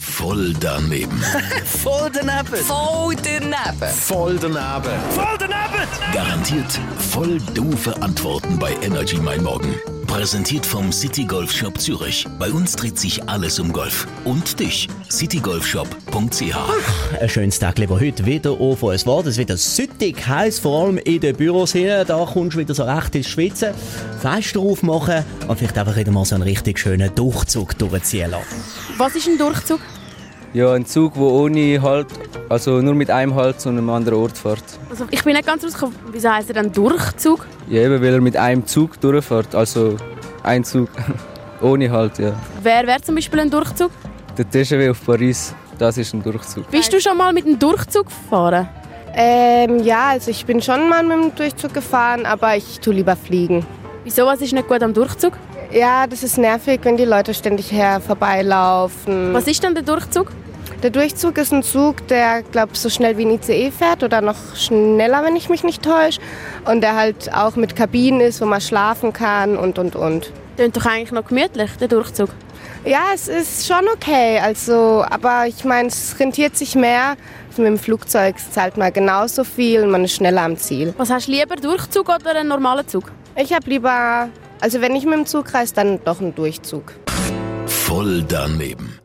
Voll daneben. Voll daneben. Voll daneben. Voll daneben. Voll daneben. Garantiert voll doofe Antworten bei Energy Mein Morgen. Präsentiert vom City Golf Shop Zürich. Bei uns dreht sich alles um Golf. Und dich, citygolfshop.ch. Ein schönes Tag lieber heute wieder auf es Wort. Es wird süttig heiß, vor allem in den Büros hier. Da kommst du wieder so recht ins Schwitzen. Fenster aufmachen und vielleicht einfach wieder mal so einen richtig schönen Durchzug durchziehen lassen. Was ist ein Durchzug? Ja, ein Zug, der ohne Halt, also nur mit einem Halt zu einem anderen Ort fährt. Also ich bin nicht ganz rausgekommen. Wieso heisst er dann Durchzug? Ja, eben weil er mit einem Zug durchfährt, also ein Zug. ohne Halt, ja. Wer wäre zum Beispiel ein Durchzug? Der TGV auf Paris, das ist ein Durchzug. Bist du schon mal mit einem Durchzug gefahren? Ähm, ja, also ich bin schon mal mit dem Durchzug gefahren, aber ich tue lieber fliegen. Wieso was ist nicht gut am Durchzug? Ja, das ist nervig, wenn die Leute ständig her vorbeilaufen. Was ist denn der Durchzug? Der Durchzug ist ein Zug, der, glaube so schnell wie ein ICE fährt oder noch schneller, wenn ich mich nicht täusche. Und der halt auch mit Kabinen ist, wo man schlafen kann und, und, und. Tönt doch eigentlich noch gemütlich, der Durchzug. Ja, es ist schon okay, also, aber ich meine, es rentiert sich mehr. Mit dem Flugzeug zahlt man genauso viel und man ist schneller am Ziel. Was hast du lieber, Durchzug oder einen normalen Zug? Ich habe lieber, also wenn ich mit dem Zug reise, dann doch einen Durchzug. Voll daneben.